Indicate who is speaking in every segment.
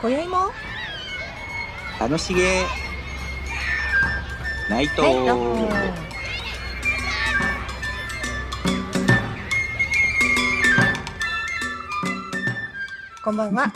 Speaker 1: 今宵も
Speaker 2: 楽しげナイト
Speaker 1: はいどうもこんばん は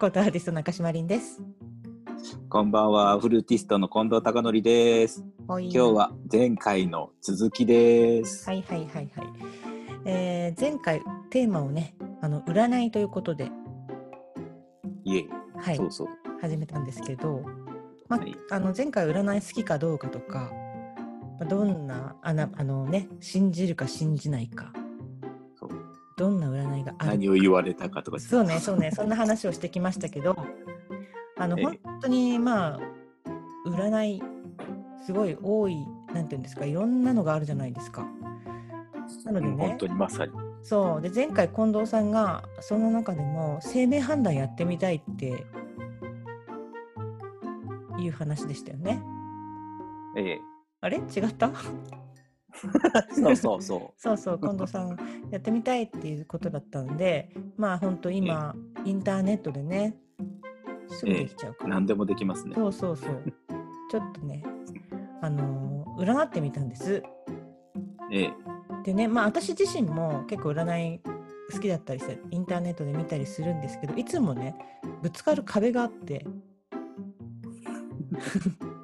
Speaker 1: コートアーティスト中島凛です
Speaker 2: こんばんはフルーティストの近藤貴則です
Speaker 1: 今
Speaker 2: 今日は前回の続きです
Speaker 1: はいはいはいはい、えー、前回テーマをねあの占いということで
Speaker 2: いえ、
Speaker 1: はい
Speaker 2: そうそう
Speaker 1: 始めたんですけど、まあ
Speaker 2: はい
Speaker 1: あの前回占い好きかどうかとかまあどんなあなあの、ね、信じるか信じないか
Speaker 2: そう
Speaker 1: どんな占いがある
Speaker 2: 何を言われたかとか
Speaker 1: そうねそうねそんな話をしてきましたけどあの
Speaker 2: ええ
Speaker 1: 本当にまあ占いすごい多いなんていうんですかいろんなのがあるじゃないですか。なので
Speaker 2: うん本
Speaker 1: ね
Speaker 2: 当にまさに
Speaker 1: そうで前回近藤さんがその中でも生命判断やってみたいっていう話でしたよね。
Speaker 2: ええ
Speaker 1: あれ違った
Speaker 2: そうそうそ
Speaker 1: そうそう近藤さんやってみたいっていうことだったんでまあ本当今インターネットでねすぐできちゃうか
Speaker 2: う
Speaker 1: ら、
Speaker 2: 何でもできますね
Speaker 1: そうそうそうちょっとねあのー占ってみたんです。
Speaker 2: ええ
Speaker 1: でねまあ私自身も結構占い好きだったりしてインターネットで見たりするんですけどいつもねぶつかる壁があって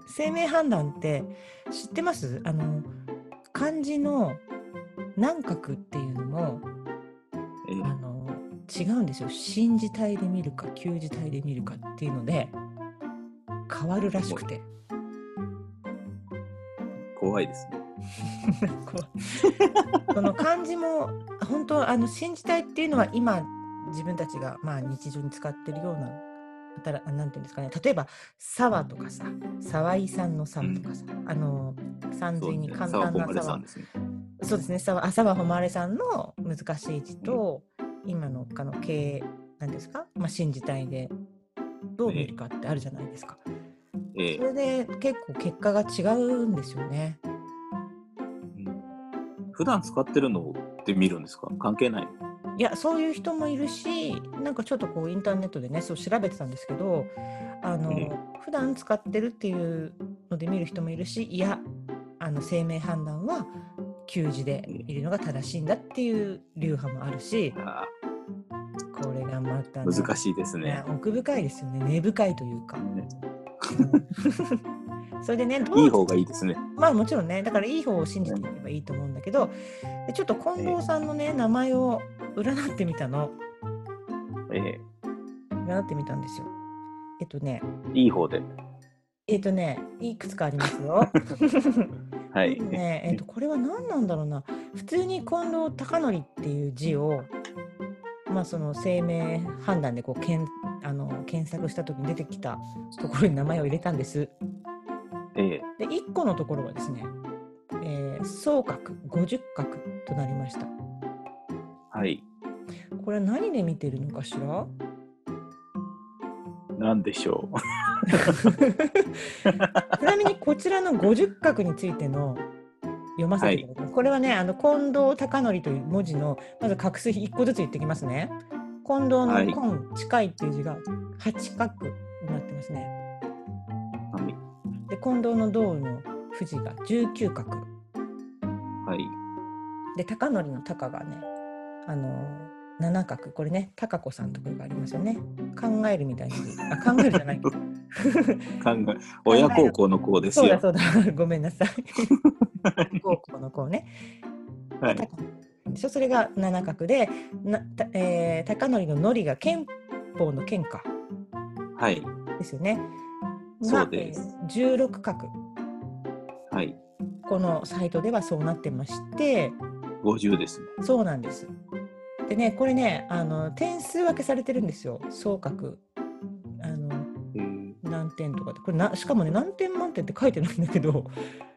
Speaker 1: 生命判断って知ってますあの漢字の南角っていうのも
Speaker 2: ええ
Speaker 1: あの違うんですよ新字体で見るか旧字体で見るかっていうので変わるらしくて。
Speaker 2: 怖いですね
Speaker 1: こうその漢字も本当あの信じたいっていうのは今自分たちがまあ日常に使ってるようなあたらあなんていうんですかね例えば「沢」とかさ「沢井さんの沢」とかさ、あの三
Speaker 2: そう
Speaker 1: 髄に
Speaker 2: ね
Speaker 1: 簡
Speaker 2: 沢
Speaker 1: 単な
Speaker 2: 誉
Speaker 1: 沢
Speaker 2: さんですね
Speaker 1: そうですね沢あ沢誉さんの難しい字と、今のかの経なんですか、まあ、信じたいでどう見るかってあるじゃないですか、
Speaker 2: ええ
Speaker 1: それで結構結果が違うんですよね。
Speaker 2: うん普段使ってるのって見るんですか関係ない
Speaker 1: いやそういう人もいるしなんかちょっとこうインターネットでねそう調べてたんですけどあの、
Speaker 2: うん
Speaker 1: 普段使ってるっていうので見る人もいるしいやあの生命判断は給字で見るのが正しいんだっていう流派もあるし
Speaker 2: あ
Speaker 1: これがまた
Speaker 2: あ
Speaker 1: ね、
Speaker 2: 難しいですね
Speaker 1: ね奥深いですよね根深いというか。
Speaker 2: ね
Speaker 1: うんそれでねどう
Speaker 2: いい方がいいですね
Speaker 1: まあもちろんねだからいい方を信じていけばいいと思うんだけどでちょっと近藤さんのね名前を占ってみたの。
Speaker 2: ええ
Speaker 1: 占ってみたんですよ。えっとね、
Speaker 2: いい方で
Speaker 1: えっとね、いくつかありますよ。
Speaker 2: は
Speaker 1: で
Speaker 2: い
Speaker 1: もね、えっと、これは何なんだろうな。普通に近藤貴則っていう字を。まあ、その生命判断でこうけんあの検索した時に出てきたところに名前を入れたんです。
Speaker 2: ええ
Speaker 1: で1個のところはですね、えー、総角50角となりました。
Speaker 2: はい
Speaker 1: これは何で見てるのかしら
Speaker 2: なんでし ょ
Speaker 1: ちなみにこちらの50画についての読ませていただきます、これはねあの近藤貴則という文字のまず画数1個ずつ言ってきますね近藤の「
Speaker 2: はい
Speaker 1: 近」近いっていう字が8画になってますね
Speaker 2: うはい
Speaker 1: で近藤の「銅」の富士が19画
Speaker 2: はい
Speaker 1: で貴則の「貴」がねあの7画これね貴子さんとかがありますよね考えるみたいな字あ考えるじゃ ない
Speaker 2: 考え親孝行の子です
Speaker 1: そう
Speaker 2: よ
Speaker 1: だそうだ ごめんな さい高校の子ね
Speaker 2: はい
Speaker 1: 高野でしょそれが七角でなた、えー、高則ののりが憲法の憲か
Speaker 2: はい
Speaker 1: ですよね。
Speaker 2: そうです
Speaker 1: が、えー、16角
Speaker 2: はい
Speaker 1: このサイトではそうなってまして
Speaker 2: 50ですね
Speaker 1: そうなんです。でねこれねあの点数分けされてるんですよ総角あの何点とかってこれなしかもね何点満点って書いてないんだけど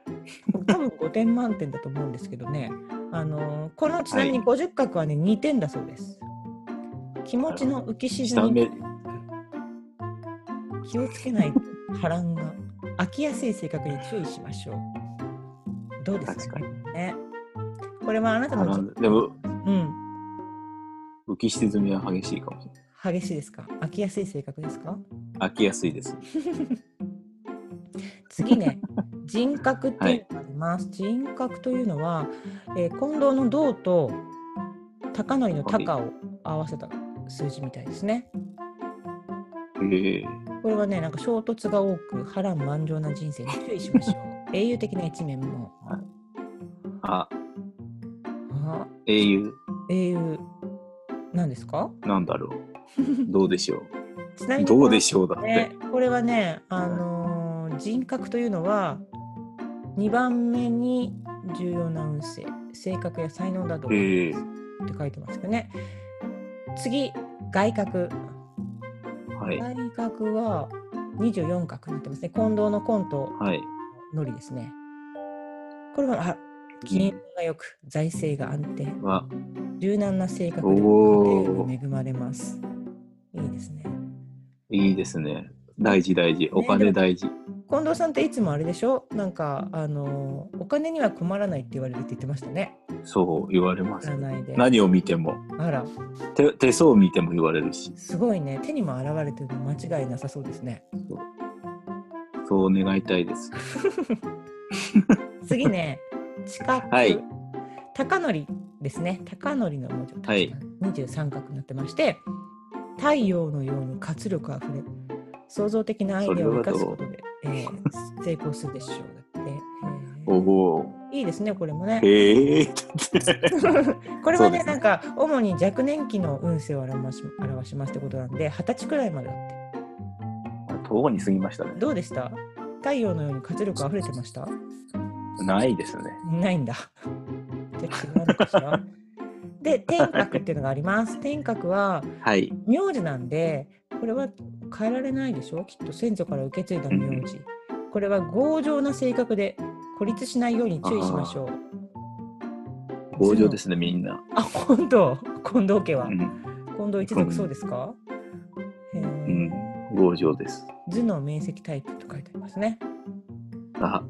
Speaker 1: 多分5点満点だと思うんですけどねあのこのちなみに50画はね2点だそうです。気持ちの浮き沈
Speaker 2: 下
Speaker 1: み
Speaker 2: 目
Speaker 1: 気をつけない波乱が飽きやすい性格に注意しましょう。どうですか
Speaker 2: 確かに
Speaker 1: ね。これはあなた
Speaker 2: あ
Speaker 1: の
Speaker 2: のでも
Speaker 1: うん
Speaker 2: 浮き沈みは激しいかもしれない
Speaker 1: 激しいですか飽きやすい性格ですか
Speaker 2: 飽きやすいです。
Speaker 1: 次ね人格っていうのがあります、人格というのは、えー近藤の「銅」と高則の「高」を合わせた数字みたいですね
Speaker 2: ええ
Speaker 1: これはねなんか衝突が多く波乱万丈な人生に注意しましょう英雄的な一面も
Speaker 2: あ、
Speaker 1: あ
Speaker 2: 英雄、
Speaker 1: 英雄なんですか
Speaker 2: なんだろう。どうでしょ
Speaker 1: ちなみ
Speaker 2: う。
Speaker 1: に
Speaker 2: どうでしょうだって
Speaker 1: ね。、これはね、あのー人格というのは2番目に重要な運勢性格や才能だと思いますって書いてますけどね、次外角
Speaker 2: はい。
Speaker 1: 外角は24角になってますね近藤のコント
Speaker 2: はい。
Speaker 1: のりですねこれはあ金運が良く財政が安定
Speaker 2: は、
Speaker 1: 柔軟な性格で家庭
Speaker 2: おー
Speaker 1: に恵まれますいいですね
Speaker 2: いいですね。大事大事。お金大事。
Speaker 1: 近藤さんっていつもあれでしょなんかあのお金には困らないって言われるって言ってましたね
Speaker 2: そう言われます。
Speaker 1: 占いで
Speaker 2: 何を見ても。
Speaker 1: あら
Speaker 2: 手手相を見ても言われるし。
Speaker 1: すごいね手にも現れてるの間違いなさそうですね
Speaker 2: そう願いたいです。
Speaker 1: 次ね近く、
Speaker 2: はい
Speaker 1: 高則ですね高則の文字を
Speaker 2: はい
Speaker 1: 23角になってまして太陽のように活力あふれ創造的なアイデアを生かすことで、えー成功するでしょうだって、えー
Speaker 2: おお。
Speaker 1: いいですねこれもね
Speaker 2: へえ。
Speaker 1: これはね
Speaker 2: そうですね
Speaker 1: なんか主に若年期の運勢を表し表しますってことなんで二十歳くらいまでだって
Speaker 2: とうに過ぎましたね。
Speaker 1: どうでした太陽のように活力あふれてました
Speaker 2: ないですね。
Speaker 1: ないんだ じゃあ違うのかし らで天格っていうのがあります天格は
Speaker 2: はい。
Speaker 1: 名字なんでこれは変えられないでしょきっと先祖から受け継いだ名字これは強情な性格で孤立しないように注意しましょう
Speaker 2: 強情ですね、みんな。
Speaker 1: あ本当 近藤家は
Speaker 2: うん。
Speaker 1: 近藤一族そうですか、へー
Speaker 2: うん。強情です。
Speaker 1: 頭脳面積タイプと書いてありますね。
Speaker 2: あ、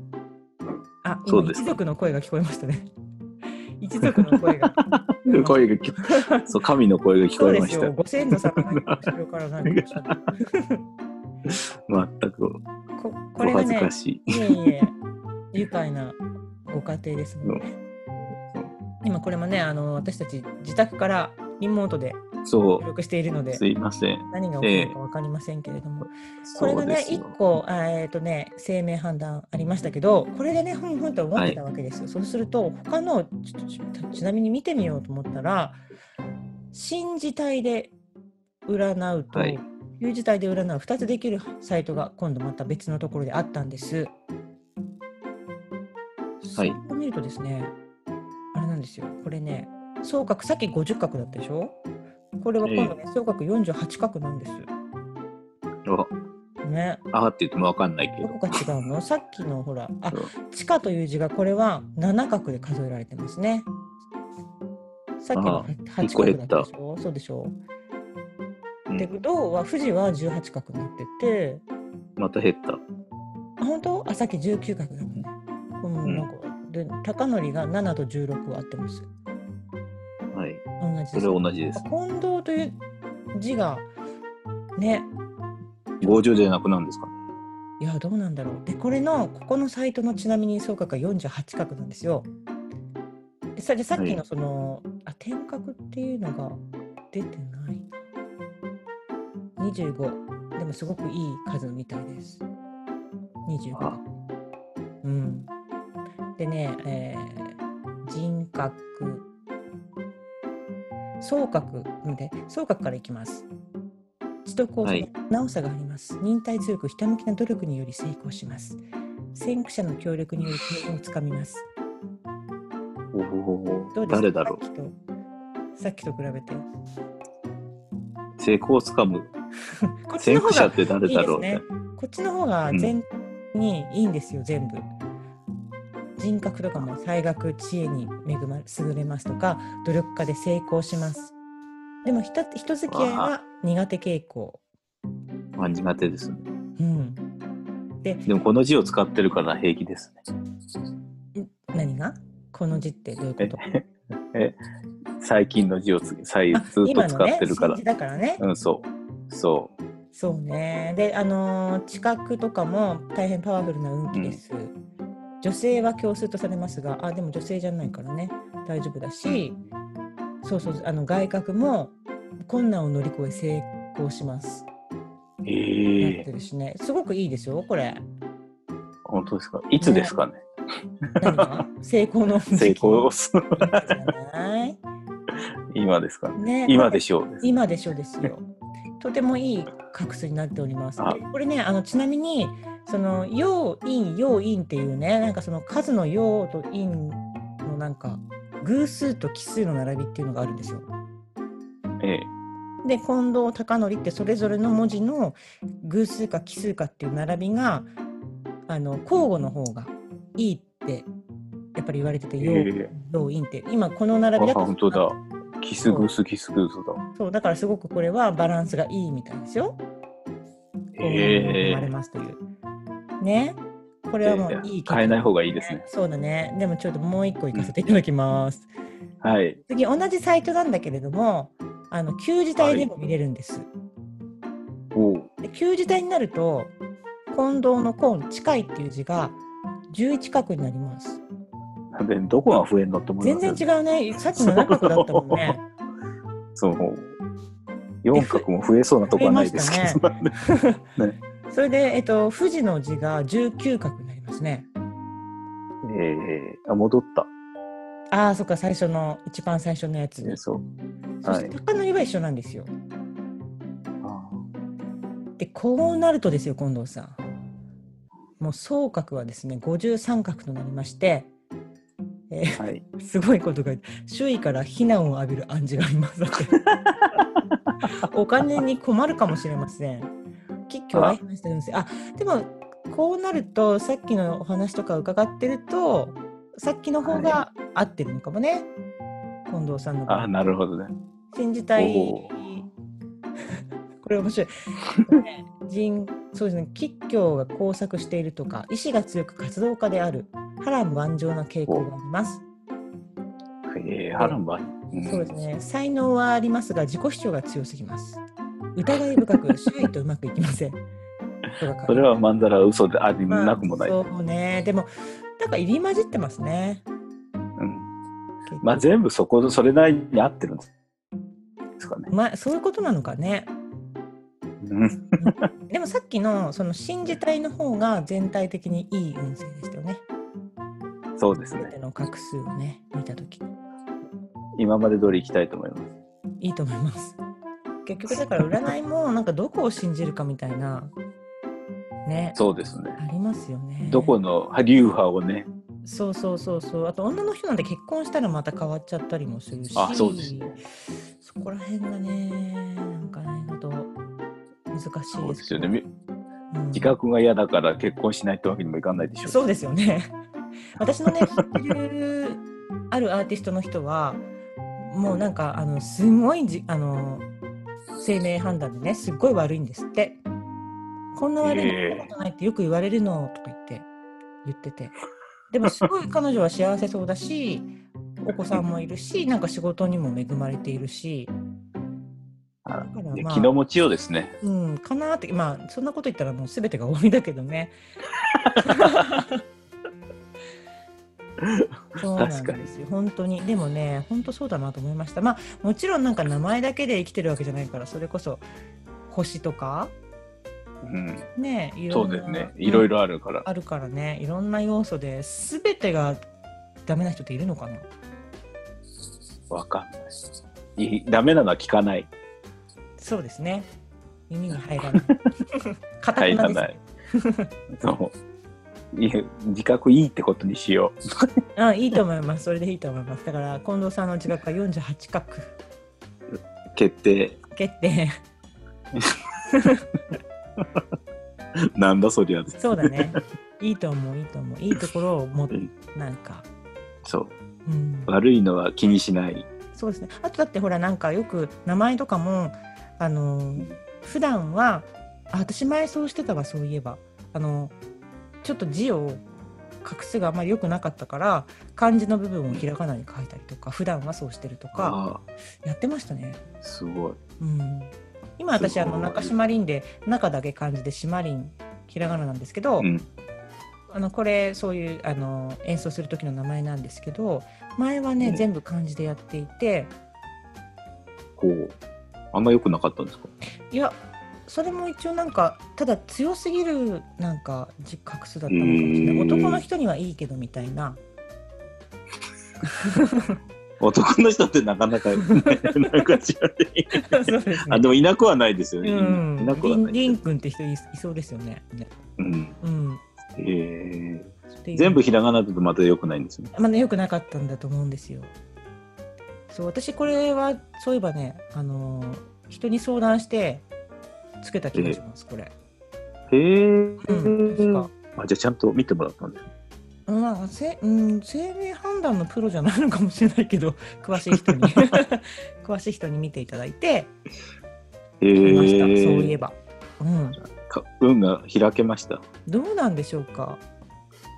Speaker 1: あ、
Speaker 2: そ
Speaker 1: 今
Speaker 2: うです
Speaker 1: 一
Speaker 2: か
Speaker 1: 族の声が聞こえましたね。 一族の声が。
Speaker 2: 声が聞こえ、そう、神の声が 聞
Speaker 1: そ
Speaker 2: こ
Speaker 1: う
Speaker 2: え
Speaker 1: で
Speaker 2: ますした
Speaker 1: よ。。ご先祖様が後ろからなんかおっしゃる。
Speaker 2: 全く
Speaker 1: ここ
Speaker 2: お
Speaker 1: れが
Speaker 2: 恥ず
Speaker 1: ね
Speaker 2: か、しい。
Speaker 1: いえいえ、愉快なご家庭ですもんね。今これもね、あの私たち自宅からリモートで
Speaker 2: そ
Speaker 1: 収録しているの
Speaker 2: う、、
Speaker 1: です
Speaker 2: いません。
Speaker 1: 何が起こるかわかりませんけれども、これ
Speaker 2: そ
Speaker 1: が
Speaker 2: うで
Speaker 1: ね、
Speaker 2: す
Speaker 1: 一
Speaker 2: よ。
Speaker 1: 個、あーえっ、とね、生命判断ありましたけど、これでね、ふんふんと思ってたわけですよ。そうすると、他のちょっとちょっとちなみに見てみようと思ったら、新字体で占うと、
Speaker 2: はい
Speaker 1: 旧字体で占う2つできるサイトが今度また別のところであったんです。
Speaker 2: はい
Speaker 1: そう見るとですね、あれなんですよ、これね、総角、さっき50角だったでしょこれは今度ね、総角48角なんです。ね。
Speaker 2: ああって言ってもわかんないけ
Speaker 1: ど
Speaker 2: ど。
Speaker 1: こが違う のさっきのほら、あ
Speaker 2: そう、
Speaker 1: 地下という字がこれは7角で数えられてますね。さっきの
Speaker 2: あ
Speaker 1: 8角だったでしょそうでしょ
Speaker 2: う
Speaker 1: で、
Speaker 2: ん、
Speaker 1: 銅は富士は18角になってて、
Speaker 2: また減った。
Speaker 1: あ、本当あ、さっき19角だもんね。うん、
Speaker 2: うん
Speaker 1: なんか、で、高則が7と16は合ってます。
Speaker 2: はい。
Speaker 1: 同じ
Speaker 2: そ
Speaker 1: です
Speaker 2: れ。は同じです。
Speaker 1: 近藤という字が、ね、
Speaker 2: 強情じゃなくなるんですかね。
Speaker 1: いや、どうなんだろう。で、これの、ここのサイトのちなみに総額が48角なんですよ。でさじゃあさっき
Speaker 2: は
Speaker 1: の
Speaker 2: い
Speaker 1: その、あ、天角っていうのが出てないな。25。でもすごくいい数みたいです。25。
Speaker 2: あ、
Speaker 1: うん。でね、えー人格。総角。なんで、総角からいきます。知と構造
Speaker 2: はい
Speaker 1: 直さがあります。忍耐強くひたむきな努力により成功します。先駆者の協力により経験をつかみます。
Speaker 2: おお
Speaker 1: どうです
Speaker 2: ー。
Speaker 1: か
Speaker 2: 誰だろ
Speaker 1: さっきとさっきと比べて。
Speaker 2: う。成功をつかむ。
Speaker 1: こっち
Speaker 2: 先
Speaker 1: の方
Speaker 2: 駆者
Speaker 1: が
Speaker 2: って誰
Speaker 1: いい
Speaker 2: だ
Speaker 1: で
Speaker 2: ろ
Speaker 1: す
Speaker 2: う
Speaker 1: ね
Speaker 2: ね。。
Speaker 1: こっちの方が全にいいんですよ、全部。人格とかも才学、知恵に恵まれ優れますとか、努力家で成功します。でも人人付き合いは苦手傾向。
Speaker 2: まあ苦手ですね。
Speaker 1: うん、
Speaker 2: でもこの字を使ってるから平気ですね。
Speaker 1: 何がこの字ってどういうこと
Speaker 2: え、最近の字をつ最ず
Speaker 1: あ
Speaker 2: っと使ってるか
Speaker 1: 今のね、
Speaker 2: ら、
Speaker 1: 新字だからね。
Speaker 2: うんそうそう
Speaker 1: そうね。で、あのー、知覚とかも大変パワフルな運気です。女性は共通とされますが、あ、でも女性じゃないからね、大丈夫だし、そうそう、あの外角も困難を乗り越え成功します。なっ
Speaker 2: ええ
Speaker 1: てるしね、すごくいいですよ、これ。
Speaker 2: 本当ですかいつですかね
Speaker 1: 何 が成功の
Speaker 2: 成功
Speaker 1: じゃない
Speaker 2: 今ですか
Speaker 1: ね。
Speaker 2: ね今でしょうです
Speaker 1: 今でしょですよ。とてもいい画数になっております
Speaker 2: あ。
Speaker 1: これね、あのちなみに、その陽陰陽陰っていうね、なんかその数の陽と陰のなんか偶数と奇数の並びっていうのがあるんですよ。
Speaker 2: ええ
Speaker 1: で、近藤高則ってそれぞれの文字の偶数か奇数かっていう並びがあの交互の方がいいってやっぱり言われてて陽
Speaker 2: え
Speaker 1: 陽陰って今この
Speaker 2: あ
Speaker 1: 並びだと
Speaker 2: 本当だキスグースキスグースだ
Speaker 1: そうだからすごくこれはバランスがいいみたいですよ。幸運が生
Speaker 2: え
Speaker 1: まれ
Speaker 2: え
Speaker 1: ますという。ね。これはもういい、
Speaker 2: 変えない方がいいですね。
Speaker 1: そうだね。でもちょっともう一個行かせていただきます。
Speaker 2: はい
Speaker 1: 次、同じサイトなんだけれども、あの旧字体でも見れるんです。
Speaker 2: おう
Speaker 1: で旧字体になると、近藤の近、近いっていう字が11画になります。
Speaker 2: なんでどこが増えんのって思い
Speaker 1: 全
Speaker 2: ますよ
Speaker 1: 然
Speaker 2: ね
Speaker 1: 違うね。さっきの7画だったもん ね。
Speaker 2: そう四角も増えそうなとこはないですけど、
Speaker 1: それで、えっと、富士の字が19画になりますね。
Speaker 2: え えあ戻った
Speaker 1: ああ、そっか、最初の、一番最初のやつ。
Speaker 2: ねそう
Speaker 1: そして、高則は一緒なんですよ。
Speaker 2: あ
Speaker 1: でこうなるとですよ近藤さんもう総角はですね53角となりまして
Speaker 2: ーはい
Speaker 1: すごいことが周囲から非難を浴びる暗示がありますのでお金に困るかもしれません結局
Speaker 2: あ
Speaker 1: 愛話してるんですよあでもこうなるとさっきのお話とか伺ってるとさっきの方が合ってるのかもね、近藤さんの
Speaker 2: あーなるほどね
Speaker 1: 信じたい
Speaker 2: お。
Speaker 1: これ面 白い。ね人そうですね。吉凶が交錯しているとか、意志が強く活動家である。波乱万丈な傾向があります。
Speaker 2: ええ波乱万丈
Speaker 1: そうですね。才能はありますが、自己主張が強すぎます。疑い深 く、周囲とうまくいきません。
Speaker 2: それはまんざら嘘であり
Speaker 1: まあ
Speaker 2: なくもない、
Speaker 1: そうね。でも、なんか入り混じってますね。
Speaker 2: うん、
Speaker 1: 結局
Speaker 2: まあ全部そこそれなりに合ってるんですかね、
Speaker 1: まあ、そういうことなのか ね。
Speaker 2: うん、
Speaker 1: でもさっきのその信じ体の方が全体的にいい運勢でしたよね。
Speaker 2: そうです
Speaker 1: 全
Speaker 2: ね
Speaker 1: ての画数をね見た時
Speaker 2: 今まで通り行きたいと思います
Speaker 1: いいと思います。結局だから占いもなんかどこを信じるかみたいなね
Speaker 2: そうですね
Speaker 1: ありますよね。
Speaker 2: どこの流派をね
Speaker 1: そうそうそうそうあと女の人なんて結婚したらまた変わっちゃったりもするし
Speaker 2: あそうですね
Speaker 1: そこら辺がねなんかないと難しいです
Speaker 2: そうですよねみ
Speaker 1: うん
Speaker 2: 自覚が嫌だから結婚しないってわけにもいかないでしょ
Speaker 1: そうですよね。 私のね、知ってるあるアーティストの人は、もうなんか、あの、すごいじ、あの、生命判断でね、すっごい悪いんですって。こんな悪いの
Speaker 2: へえ
Speaker 1: 見たことないってよく言われるのとか言って、言ってて。でもすごい彼女は幸せそうだし、お子さんもいるし、なんか仕事にも恵まれているし、
Speaker 2: あ
Speaker 1: だから
Speaker 2: で
Speaker 1: まあ
Speaker 2: 気の持ちようですね
Speaker 1: うん、かなーって、まあ、そんなこと言ったらもう全てが終わりだけど ね。そうなんですよ、本当に。でもね、本当そうだなと思いました。まあ、もちろんなんか名前だけで生きてるわけじゃないから、それこそ星とか、
Speaker 2: うん
Speaker 1: ね、いろ
Speaker 2: そ
Speaker 1: ん
Speaker 2: う
Speaker 1: な
Speaker 2: ですねいろい
Speaker 1: ろ
Speaker 2: ろあるから
Speaker 1: あるからね、いろんな要素で全てがダメな人っているのかな
Speaker 2: わかんないいダメなのは聞かない
Speaker 1: そうですね。耳に入らない。 固
Speaker 2: 入
Speaker 1: くな
Speaker 2: ら
Speaker 1: です
Speaker 2: ないそういや自覚いいってことにしよう
Speaker 1: あいいと思います。それでいいと思います。だから近藤さんの自覚は48画
Speaker 2: 決定
Speaker 1: 決定。
Speaker 2: なんだそりゃ
Speaker 1: そうだね。いいと思う、いいと思う。いいところをも
Speaker 2: うん
Speaker 1: なんか、
Speaker 2: そう
Speaker 1: うん、
Speaker 2: 悪いのは気にしない
Speaker 1: そうですね。あとだってほらなんかよく名前とかもあのー普段はあ私前そうしてたわそういえばあのちょっと字を画数があまり良くなかったから漢字の部分をひらがなに書いたりとか普段はそうしてるとか
Speaker 2: あ
Speaker 1: やってましたね。
Speaker 2: あ、すごい。
Speaker 1: うん、今私
Speaker 2: す
Speaker 1: あ
Speaker 2: ごい
Speaker 1: の中島凛で中だけ漢字で島凛ひらがななんですけど、
Speaker 2: うん。
Speaker 1: あのこれそういうあの演奏する時の名前なんですけど前はね、
Speaker 2: うん
Speaker 1: 全部漢字でやっていて
Speaker 2: こう、あんま良くなかったんですか
Speaker 1: いやそれも一応なんかただ強すぎるなんか字画数だったのかもしれな
Speaker 2: う
Speaker 1: い
Speaker 2: ん
Speaker 1: 男の人にはいいけどみたい な
Speaker 2: 男の人ってなか なか、なんか違って。
Speaker 1: そうです
Speaker 2: あ、
Speaker 1: ね。
Speaker 2: でもいなくはないですよ
Speaker 1: う
Speaker 2: ね。い
Speaker 1: ん
Speaker 2: な、くは
Speaker 1: りん
Speaker 2: ない。
Speaker 1: りんくんって人いいそうですよね。ね
Speaker 2: うん。
Speaker 1: うん、
Speaker 2: えー
Speaker 1: っていう
Speaker 2: 全部ひらがなだとまた良くないんですね。
Speaker 1: まあね、良くなかったんだと思うんですよ。そう私これはそういえばね、あのー人に相談してつけた気がします、これ。
Speaker 2: へえ。
Speaker 1: うん、確か。
Speaker 2: あ、じゃあちゃんと見てもらったんです。
Speaker 1: うんまあせうん、生命判断のプロじゃないのかもしれないけど 詳しい人に詳しい人に見ていただいて
Speaker 2: へ
Speaker 1: 見ました、そういえ
Speaker 2: え。
Speaker 1: ば、うん、
Speaker 2: か運が開けました。
Speaker 1: どうなんでしょうか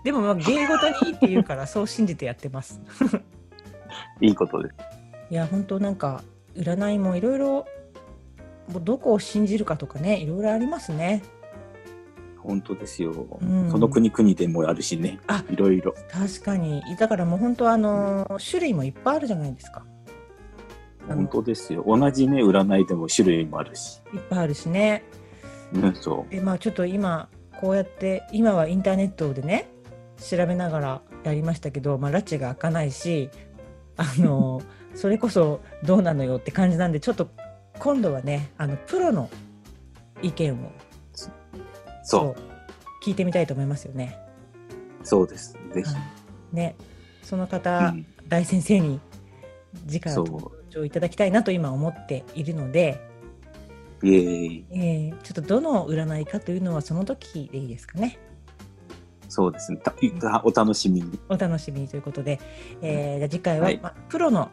Speaker 1: でもまあ芸事にいいって言うからそう信じてやってます
Speaker 2: いいことです。
Speaker 1: いや本当なんか占いもいろいろもうどこを信じるかとかねいろいろありますね
Speaker 2: 本当ですよ。
Speaker 1: うん
Speaker 2: その国国でもあるしね
Speaker 1: あ。
Speaker 2: いろいろ。
Speaker 1: 確かにだからもう本当あのー種類もいっぱいあるじゃないですかあの
Speaker 2: 本当ですよ。同じね、占いでも種類もあるし。
Speaker 1: いっぱいあるしね
Speaker 2: うん、そ
Speaker 1: でまあちょっと今こうやって今はインターネットでね調べながらやりましたけど、まあ、拉致が開かないしあのそれこそどうなのよって感じなんでちょっと今度はねあのプロの意見を
Speaker 2: う。そう。
Speaker 1: う聞いてみたいと思いますよね。
Speaker 2: そうです。ぜひ
Speaker 1: は。いねその
Speaker 2: う
Speaker 1: 方、
Speaker 2: ん
Speaker 1: 大先生に次回
Speaker 2: そ
Speaker 1: はご
Speaker 2: う。
Speaker 1: 登場いただきたいなと今思っているので、
Speaker 2: イエーイ。
Speaker 1: えーちょっとどの占いかというのはその時でいいですかね。
Speaker 2: そうですね。たたお楽しみに。
Speaker 1: お楽しみにということで、えーじゃあ次回は、
Speaker 2: はい
Speaker 1: まあ、プロの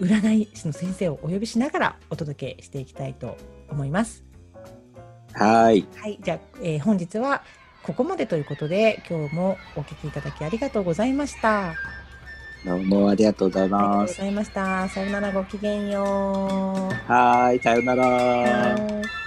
Speaker 1: 占い師の先生をお呼びしながらお届けしていきたいと思います。
Speaker 2: はーい。
Speaker 1: はい、じゃあ、えー本日はここまでということで、今日もお聞きいただきありがとうございました。あ
Speaker 2: どうもありがとうござい
Speaker 1: りがとう
Speaker 2: ま
Speaker 1: ご
Speaker 2: す。
Speaker 1: ざいました。さようなら、ごきげんよう。
Speaker 2: はーい。さようなら。
Speaker 1: はい